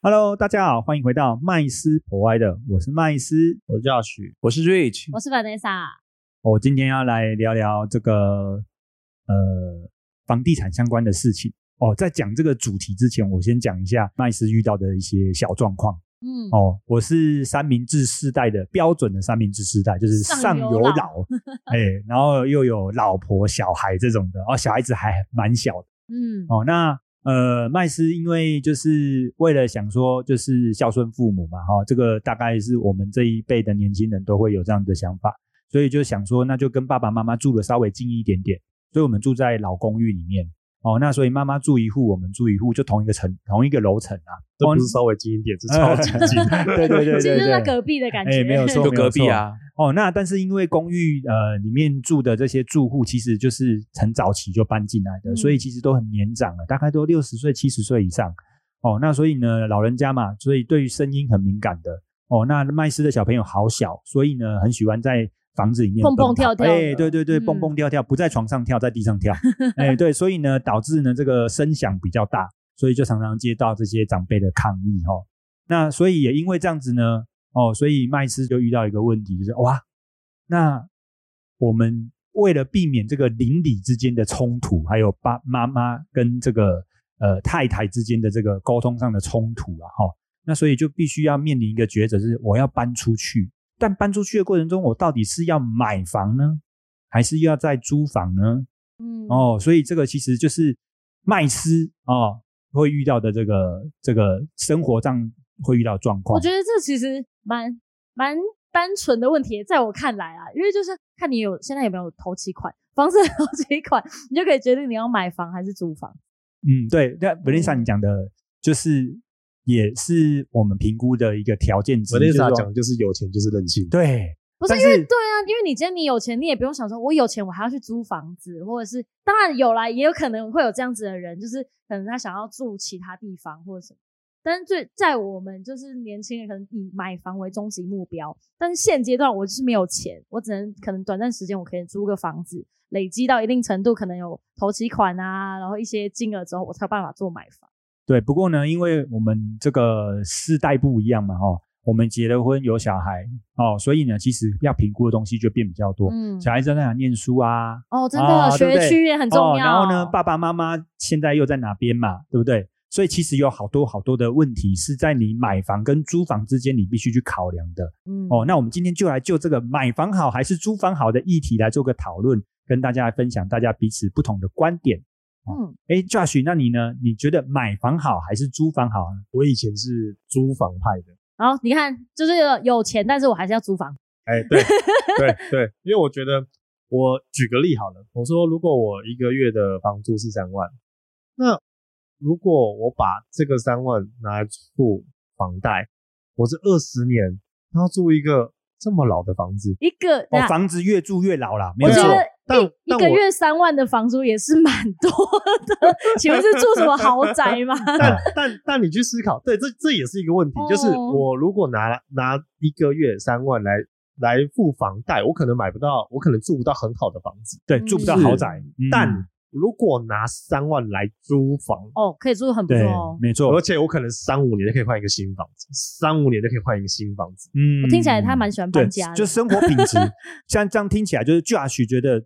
Hello，大家好，欢迎回到麦斯博歪的，我是麦斯，我是 Josh，我是 Rich，我是 Vanessa，我今天要来聊聊这个呃房地产相关的事情哦。在讲这个主题之前，我先讲一下麦斯遇到的一些小状况嗯，哦。我是三明治世代的标准的三明治世代，就是上上有有老老哎，然后又有老婆小孩这种的哦，小孩子还蛮小的。嗯，哦，那呃，麦斯因为就是为了想说，就是孝顺父母嘛，哈、这个大概是我们这一辈的年轻人都会有这样的想法，所以就想说，那就跟爸爸妈妈住的稍微近一点点，所以我们住在老公寓里面。哦，那所以妈妈住一户，我们住一户，就同一个层，同一个楼层啊。 这哦不是稍微近一点，是超级 近。对对对今对天在对，隔壁的感觉， 哎没有错就隔壁啊，哦，那但是因为公寓呃里面住的这些住户，其实就是很早期就搬进来的，嗯所以其实都很年长了，大概都六十岁、七十岁以上。哦，那所以呢，老人家嘛，所以对于声音很敏感的。哦，那麦斯的小朋友好小，所以呢，很喜欢在房子里面蹦奔蹦跑跳跳哎，的对对对，蹦嗯蹦跳跳，不在床上跳，在地上跳。哎，对，所以呢，导致呢这个声响比较大，所以就常常接到这些长辈的抗议哦。那所以也因为这样子呢，哦，所以麦斯就遇到一个问题，就是哇，那我们为了避免这个邻里之间的冲突，还有爸妈妈跟这个呃太太之间的这个沟通上的冲突啊，哈、那所以就必须要面临一个抉择，是我要搬出去，但搬出去的过程中，我到底是要买房呢，还是要再租房呢？嗯，哦，所以这个其实就是麦斯哦会遇到的这个这个生活上会遇到的状况我觉。得这其实蛮蛮单纯的问题，在我看来啊，因为就是看你有现在有没有头期款，房子的头期款，你就可以决定你要买房还是租房。嗯，对，那 v a l 你讲的就是也是我们评估的一个条件之我一，那就是啥说讲的就是有钱就是任性，对，不是但因为是对啊，因为你今天你有钱，你也不用想说，我有钱我还要去租房子，或者是当然有啦，也有可能会有这样子的人，就是可能他想要住其他地方或者什么。但是最在我们就是年轻人，可能以买房为终极目标。但是现阶段我就是没有钱，我只能可能短暂时间我可以租个房子，累积到一定程度，可能有头期款啊，然后一些金额之后，我才有办法做买房。对，不过呢，因为我们这个世代不一样嘛，哈、哦，我们结了婚有小孩哦，所以呢，其实要评估的东西就变比较多。嗯，小孩子在哪念书啊？哦，真的、啊对不学对区也很重要。哦。然后呢，爸爸妈妈现在又在哪边嘛，对不对？所以其实有好多好多的问题是在你买房跟租房之间，你必须去考量的。嗯，哦，那我们今天就来就这个买房好还是租房好的议题来做个讨论，跟大家来分享大家彼此不同的观点。嗯，哎，Josh，那你呢？你觉得买房好还是租房好啊？我以前是租房派的，然后你看，就是有有钱，但是我还是要租房。哎， 对对对，因为我觉得，哦我举个例好了，我说如果我一个月的房租是三万，那如果我把这个三万拿来付房贷，我这二十年要住一个这么老的房子，一个，哦等一，下房子越住越老啦，没我有觉错。得但一一但个我月三万的房租也是蛮多的。请问是住什么豪宅吗？ 但但但你去思考，对，这这也是一个问题，就是哦我如果拿拿一个月三万来来付房贷，我可能买不到，我可能住不到很好的房子，对，住不到是豪宅，嗯但如果拿三万来租房，哦，可以住得很不对错哦，。没错而。且我可能三五年就可以换一个新房子，三五年就可以换一个新房子。嗯我听起来他蛮喜欢对搬家，的，就生活品 质，像这样听起来，就是 Josh 觉得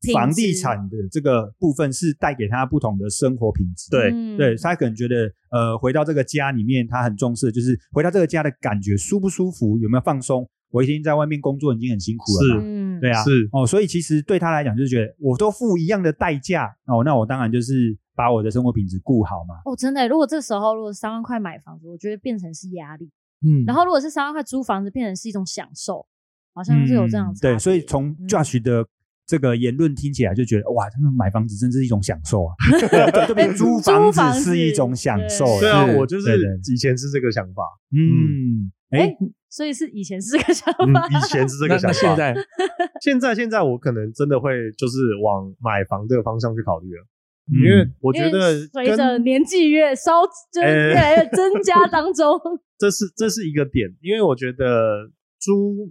品房地质产的这个部分是带给他不同的生活品质。对嗯对，他可能觉得呃，回到这个家里面，他很重视，就是回到这个家的感觉舒不舒服，有没有放松。我已经在外面工作已经很辛苦了嘛，嗯，对啊，是哦，所以其实对他来讲，就是觉得我都付一样的代价哦，那我当然就是把我的生活品质顾好嘛。哦，真的耶，如果这时候如果三万块买房子，我觉得变成是压力；嗯然后如果是三万块租房子，变成是一种享受，好像是有这样嗯的差别。对，所以从嗯 Josh 的这个言论听起来就觉得哇，他们买房子真是一种享受啊！ 对这边租房 租房子子是一种享受。对对啊，哦是我就对对是以前是这个想 法，嗯，哎哎，所以是以前是这个想嗯法，，以前是这那个想那法。现在，现在现在我可能真的会就是往买房这个方向去考虑了，嗯因为我因觉为得随着跟年纪越稍，就是呃越来越增加当中，这是这是一个点，因为我觉得租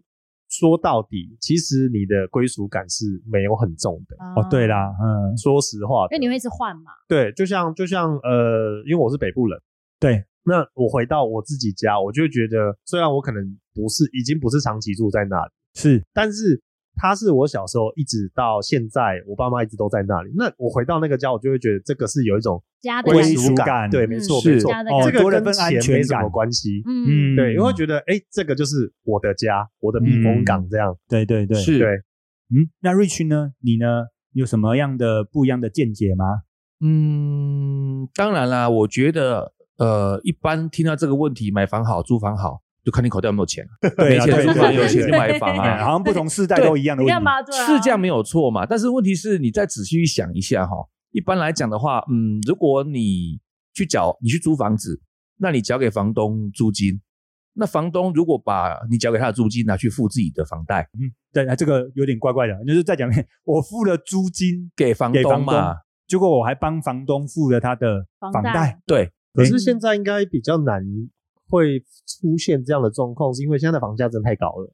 说到底，其实你的归属感是没有很重的。哦，对，啦，嗯，说实话的，啊因为你会一直换嘛，对，就像就像呃，因为我是北部人，对，那我回到我自己家，我就会觉得，虽然我可能不是已经不是长期住在那里，是但是它是我小时候一直到现在，我爸妈一直都在那里。那我回到那个家，我就会觉得这个是有一种家的归感觉，属归属感对，没错，是没错家的感，觉哦，这多个了跟份安钱全没什感么。关系。嗯，对，因为觉得哎、这个就是我的家，我的避嗯风港这样。对对对，是对，嗯，那瑞勋呢？你呢？有什么样的不一样的见解吗？嗯，当然啦，我觉得呃，一般听到这个问题，买房好，租房好，就看你口袋有没有钱啊，对没啊钱对租房，对有钱对就买房哎啊，好像不同世代对都一样的你问干题。嘛对啊是这样没有错嘛。但是问题是，你再仔细想一下哈、一般来讲的话，嗯，如果你去缴，你去租房子，那你缴给房东租金，那房东如果把你缴给他的租金拿去付自己的房贷，对，啊这个有点怪怪的，就是再讲 一遍，我付了租金，给房给房东东嘛，结果我还帮房东付了他的房房贷贷。对，可哎是现在应该比较难会出现这样的状况，是因为现在的房价真的太高了，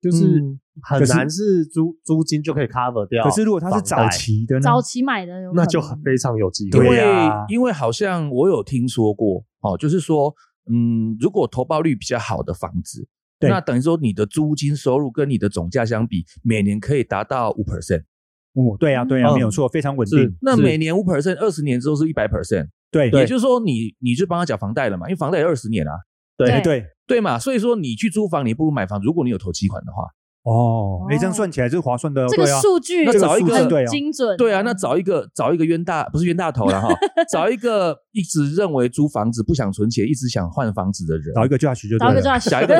就是嗯很可是难是租租金就可以 cover 掉。可是如果哦他是房贷早期的呢？早期买的有可能，那就很非常有机会。对因为啊因为好像我有听说过哦，就是说，嗯，如果投报率比较好的房子，对那等于说你的租金收入跟你的总价相比，每年可以达到五 percent，哦，对啊，对啊，嗯没有错，非常稳是定。那是每年五 percent，二十年之后是一百 percent，对也就是说你你就帮他缴房贷了嘛，因为房贷有二十年啊，哎对对对嘛，所以说你去租房，你不如买房，如果你有投期款的话，哦，哎，哦这样算起来是划算的哦。这个对啊，数据那找一个很对哦精准，对啊，那找一个找一个冤大不是冤大头了哈，找一个一直认为租房子不想存钱，一直想换房子的人，找一个 Josh 就啊找一对了。个 Josh，找一个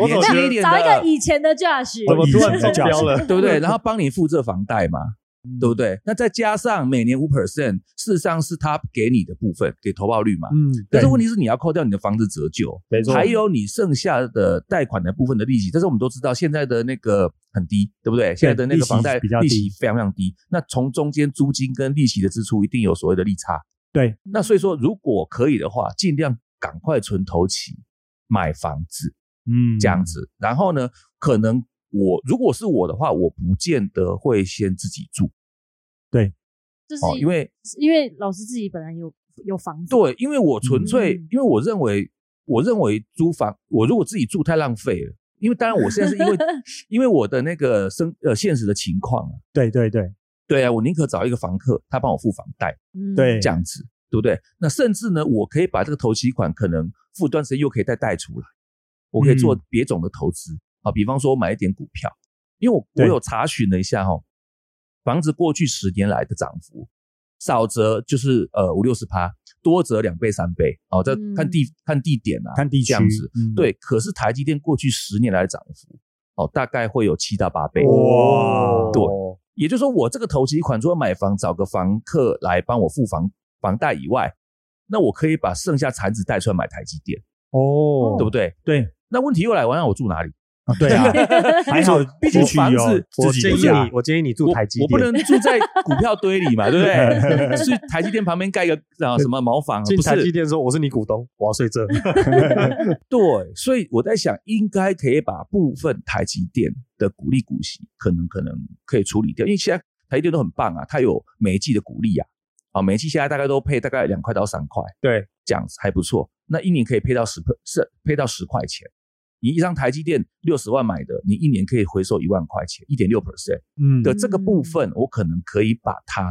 我总觉年轻得 一点的，找一个以前的 Josh，我怎么突然以前的中标了？对不对？然后帮你付这房贷嘛，嗯对不对？那再加上每年五 percent，事实上是他给你的部分，给投报率嘛。嗯，可对是，问题是你要扣掉你的房子折旧，没错还有你剩下的贷款的部分的利息。但是我们都知道现在的那个很低，对不对？现在的那利个息房贷比较低利息非常非常低。那从中间租金跟利息的支出一定有所谓的利差。对，那所以说如果可以的话，尽量赶快存头期买房子。嗯，这样子。然后呢，可能我如果是我的话，我不见得会先自己住就是哦，因为因为老师自己本来有有房子，对，因为我纯粹、嗯因为我认为我认为租房，我如果自己住太浪费了。因为当然，我现在是因为因为我的那个生呃现实的情况啊，对对对对啊，我宁可找一个房客，他帮我付房贷嗯对，这样子，对不对？那甚至呢，我可以把这个头期款可能付一段时间，又可以再贷出来，我可以做嗯别种的投资啊，比方说买一点股票，因为我对我有查询了一下哈、哦，房子过去十年来的涨幅，少则就是呃五六十趴，多则两倍三倍哦，这嗯看地、看地点啊，看地区这样子，嗯对。可是台积电过去十年来的涨幅哦，大概会有七到八倍。哦哇对也就是说，我这个投期款除了买房找个房客来帮我付房房贷以外，那我可以把剩下产值贷出来买台积电，哦，对不对？对那问题又来了，那我住哪里？啊对啊， 还好，毕竟我去房有子我自己啊建的议家你，我建议你住我台积我电，不能住在股票堆里嘛，对不对？ 是台积电旁边盖一个啊什么茅房啊，进不台积是？电说我是你股东，我要睡这。对，所以我在想，应该可以把部分台积电的股利股息，可能可能可以处理掉，因为现在台积电都很棒啊，它有每一季的股利啊，啊，每一季现在大概都配大概两块到三块，对，这样子还不错。那一年可以配到十是配到十块钱，你一张台积电六十万买的，你一年可以回收一万块钱，一点六 percent。嗯的这个部嗯分，我可能可以把它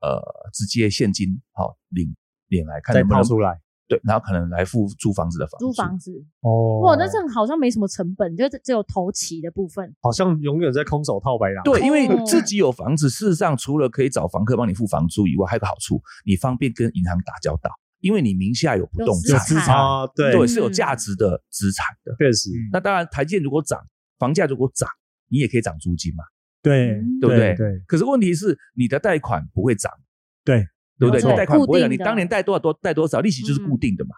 呃直接现金好、领领来看再能不掏能出来。对，然后可能来付租房子的房租租房子，哦，哇，那这样好像没什么成本，就只有头期的部分，好像永远在空手套白狼。对，因为哦自己有房子，事实上除了可以找房客帮你付房租以外，还有个好处，你方便跟银行打交道，因为你名下有不有动资产，有资产啊，对，对，是有价嗯值的资产的。确实，嗯那当然，台积电如果涨，房价如果涨，你也可以涨租金嘛。对嗯对不对对，可是问题是你的贷款不会涨，对对不没对？错你贷款不会涨，固你定的嗯当年贷多少多贷多少，利息就是固定的嘛。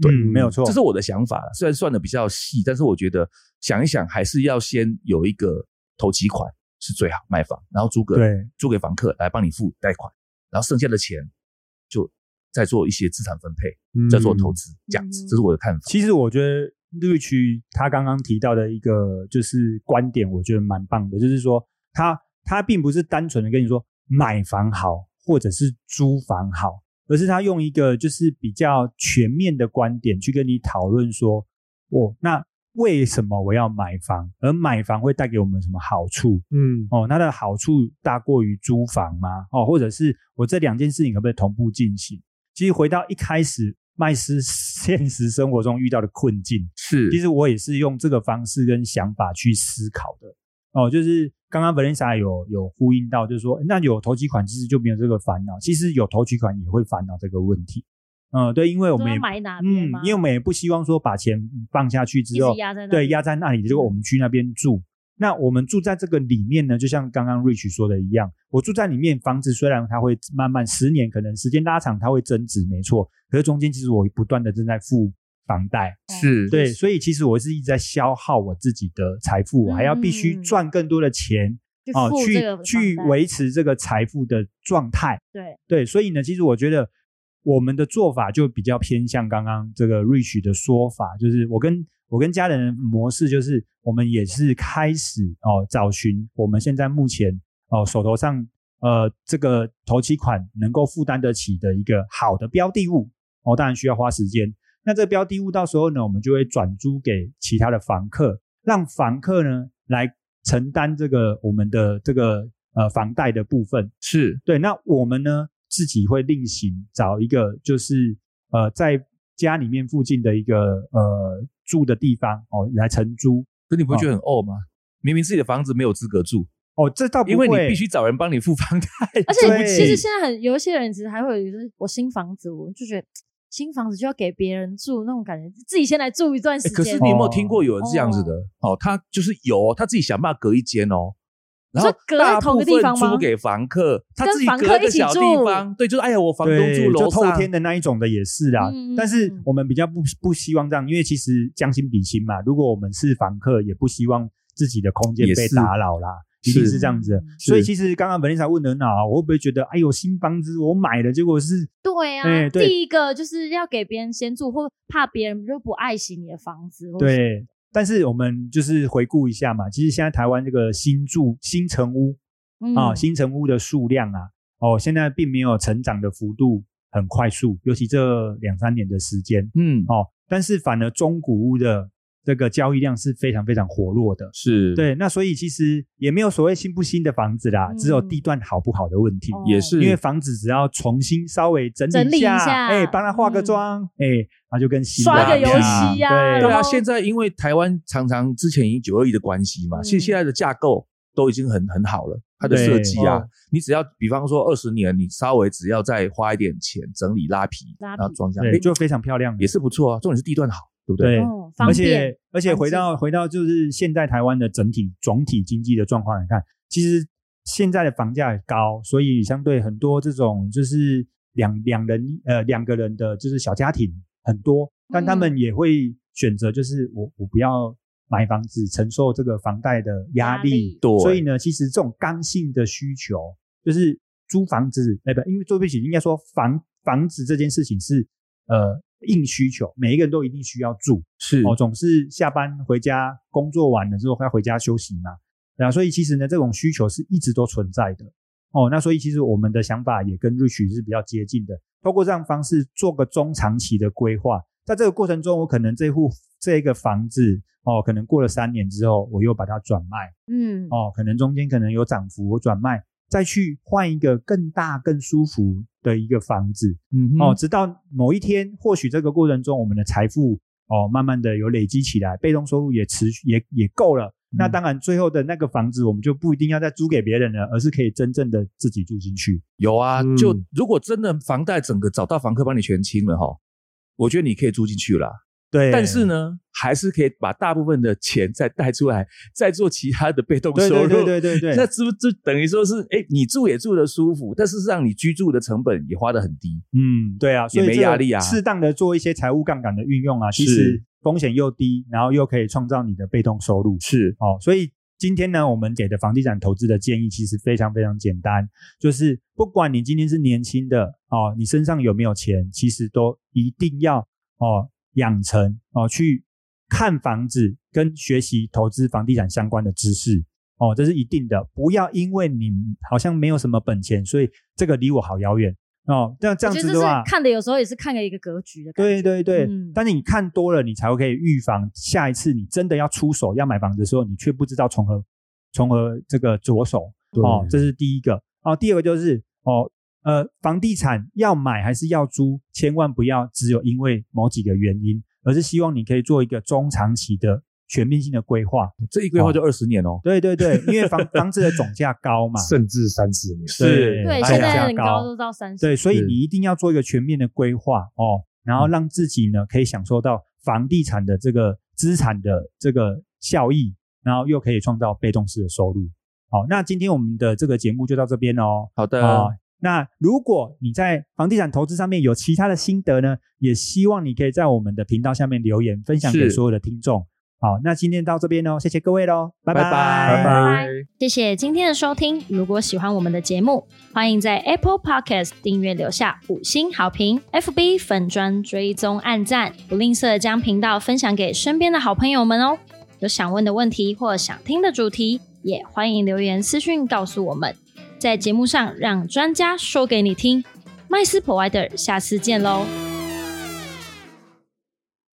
对，嗯没有错，这是我的想法啦，虽然算的比较细，但是我觉得想一想，还是要先有一个头期款是最好，卖房，然后租给对租给房客来帮你付贷款，然后剩下的钱就再做一些资产分配，嗯再做投资。资，这样子，嗯这是我的看法。其实我觉得绿区他刚刚提到的一个就是观点，我觉得蛮棒的，就是说他他并不是单纯的跟你说买房好或者是租房好，而是他用一个就是比较全面的观点去跟你讨论说，哦，那为什么我要买房，而买房会带给我们什么好处？嗯哦，它的好处大过于租房吗？哦，或者是我这两件事情可不可以同步进行？其实回到一开始麦斯现实生活中遇到的困境，是哦其实我也是用这个方式跟想法去思考的。哦，就是刚刚 Valencia 有有呼应到，就是说，那有投期款其实就没有这个烦恼。其实有投期款也会烦恼这个问题。嗯，对，因为我都们要也买哪边嗯吗？，因为我们也不希望说把钱放下去之后一直压在那里嗯对压在那里，结果我们去那边住。那我们住在这个里面呢，就像刚刚 Rich 说的一样，我住在里面，房子虽然它会慢慢十年，可能时间拉长它会增值，没错。可是中间其实我不断的正在付房贷，是，对，所以其实我是一直在消耗我自己的财富，我还要必须嗯赚更多的钱啊、付这去个去房贷维持这个财富的状态。对，对，所以呢，其实我觉得我们的做法就比较偏向刚刚这个 Rich 的说法，就是我跟我跟家人的模式，就是我们也是开始哦找寻我们现在目前哦手头上呃这个头期款能够负担得起的一个好的标的物哦，当然需要花时间。那这个标的物到时候呢，我们就会转租给其他的房客，让房客呢来承担这个我们的这个呃房贷的部分。是对，那我们呢自己会另行找一个，就是呃在家里面附近的一个呃住的地方哦来承租可你不会觉嗯得很怄吗？明明自己的房子没有资格住，哦，这倒不会，因为你必须找人帮你付房贷，而对且其实现在很有一些人其实还会有一个就是我新房子，我就觉得新房子就要给别人住那种感觉，自己先来住一段时欸可间是。你有没有哦听过有人是这样子的？哦，他就是有哦，他自己想办法隔一间哦。然后说隔在大同部个地分方吗租给房客，他跟自己房隔客一个一起小地住方，对，就是哎呀，我房东对住楼就透上，天的那一种的也是啦。嗯嗯但是嗯我们比较不不希望这样，因为其实将心比心嘛，如果我们是房客，也不希望自己的空间也被是打扰啦。一定是是这样子的嗯，所以是其实刚刚本丽莎问的很好啊，我会不会觉得，哎呦，新房子我买了，结果是对啊，哎对第一个就是要给别人先住，或怕别人就不爱惜你的房子。或者哦是，对，但是我们就是回顾一下嘛，其实现在台湾这个新住新城屋嗯啊、新城屋的数量啊，哦，现在并没有成长的幅度很快速，尤其这两三年的时间嗯，哦，但是反而中古屋的这个交易量是非常非常活络的。是，对，那所以其实也没有所谓新不新的房子啦，只有嗯地段好不好的问题。哦也是因为房子只要重新稍微整整理理一下，下哎、帮他化个嗯妆，哎、那就跟新的刷个一样油漆呀对对啊，然后现在因为台湾常常之前因九二一的关系嘛，嗯其实现在的架构都已经很很好了，它的对设计啊哦，你只要比方说二十年，你稍微只要再花一点钱整理拉皮，拉然后皮装箱，对，哎就非常漂亮了也是不错啊。重点是地段好，对不对？对哦方而便且而且环回到回到就是现在台湾的整体总体经济的状况来看，其实现在的房价也高，所以相对很多这种就是两两人呃两个人的就是小家庭很多，但他嗯们也会选择就是我我不要买房子承受这个房贷的压压力，力对所以呢，其实这种刚性的需求就是租房子，哎不，因为对不起，应该说房房子这件事情是呃硬需求，每一个人都一定需要住。是哦，总是下班回家工作完了之后要回家休息嘛，对啊，所以其实呢，这种需求是一直都存在的哦。那所以其实我们的想法也跟 Rich 是比较接近的，透过这样方式做个中长期的规划，在这个过程中，我可能这户这个房子哦，可能过了三年之后，我又把它转卖嗯哦，可能中间可能有涨幅，我转卖再去换一个更大更舒服的一个房子，嗯哼哦，直到某一天，或许这个过程中，我们的财富哦，慢慢的有累积起来，被动收入也持续也也够了。那嗯当然，最后的那个房子，我们就不一定要再租给别人了，而是可以真正的自己住进去。有啊，嗯就如果真的房贷整个找到房客帮你全清了哈，我觉得你可以住进去啦。对，但是呢，还是可以把大部分的钱再带出来，再做其他的被动对，收对入。对对对对 那对，是不是就等于说是，哎，你住也住得舒服，但是让你居住的成本也花得很低。嗯，对啊，所以也没这个压力啊适当的做一些财务杠杆的运用啊，其是实风险又低，然后又可以创造你的被动收入。是，哦，所以今天呢，我们给的房地产投资的建议其实非常非常简单，就是不管你今天是年轻的哦，你身上有没有钱，其实都一定要哦养成哦去看房子跟学习投资房地产相关的知识。哦，这是一定的，不要因为你好像没有什么本钱，所以这个离我好遥远哦。那这我样觉得子这的话是，看的有时候也是看个一个格局的感觉。对对对，嗯但是你看多了，你才会可以预防下一次你真的要出手要买房子的时候，你却不知道从何从何这个着手哦，这是第一个哦。第二个就是哦，呃，房地产要买还是要租，千万不要只有因为某几个原因，而是希望你可以做一个中长期的全面性的规划。这一规划就二十年哦。对对对，因为 房房子的总价高嘛，甚至三十年。是哎对，现呀在很高高都到三十。对，所以是你一定要做一个全面的规划哦，然嗯后让自己呢可以享受到房地产的这个资产的这个效益，然后又可以创造被动式的收入。好，那今天我们的这个节目就到这边哦。好的，啊、那如果你在房地产投资上面有其他的心得呢，也希望你可以在我们的频道下面留言，分享给是所有的听众。好，那今天到这边哦，谢谢各位喽，拜拜拜谢谢今天的收听。如果喜欢我们的节目，欢迎在 Apple Podcast 订阅留下五星好评，FB 粉砖追踪按赞，不吝啬将频道分享给身边的好朋友们哦。有想问的问题或想听的主题，也欢迎留言私讯告诉我们，在节目上让专家说给你听。麦斯 Provider，下次见喽。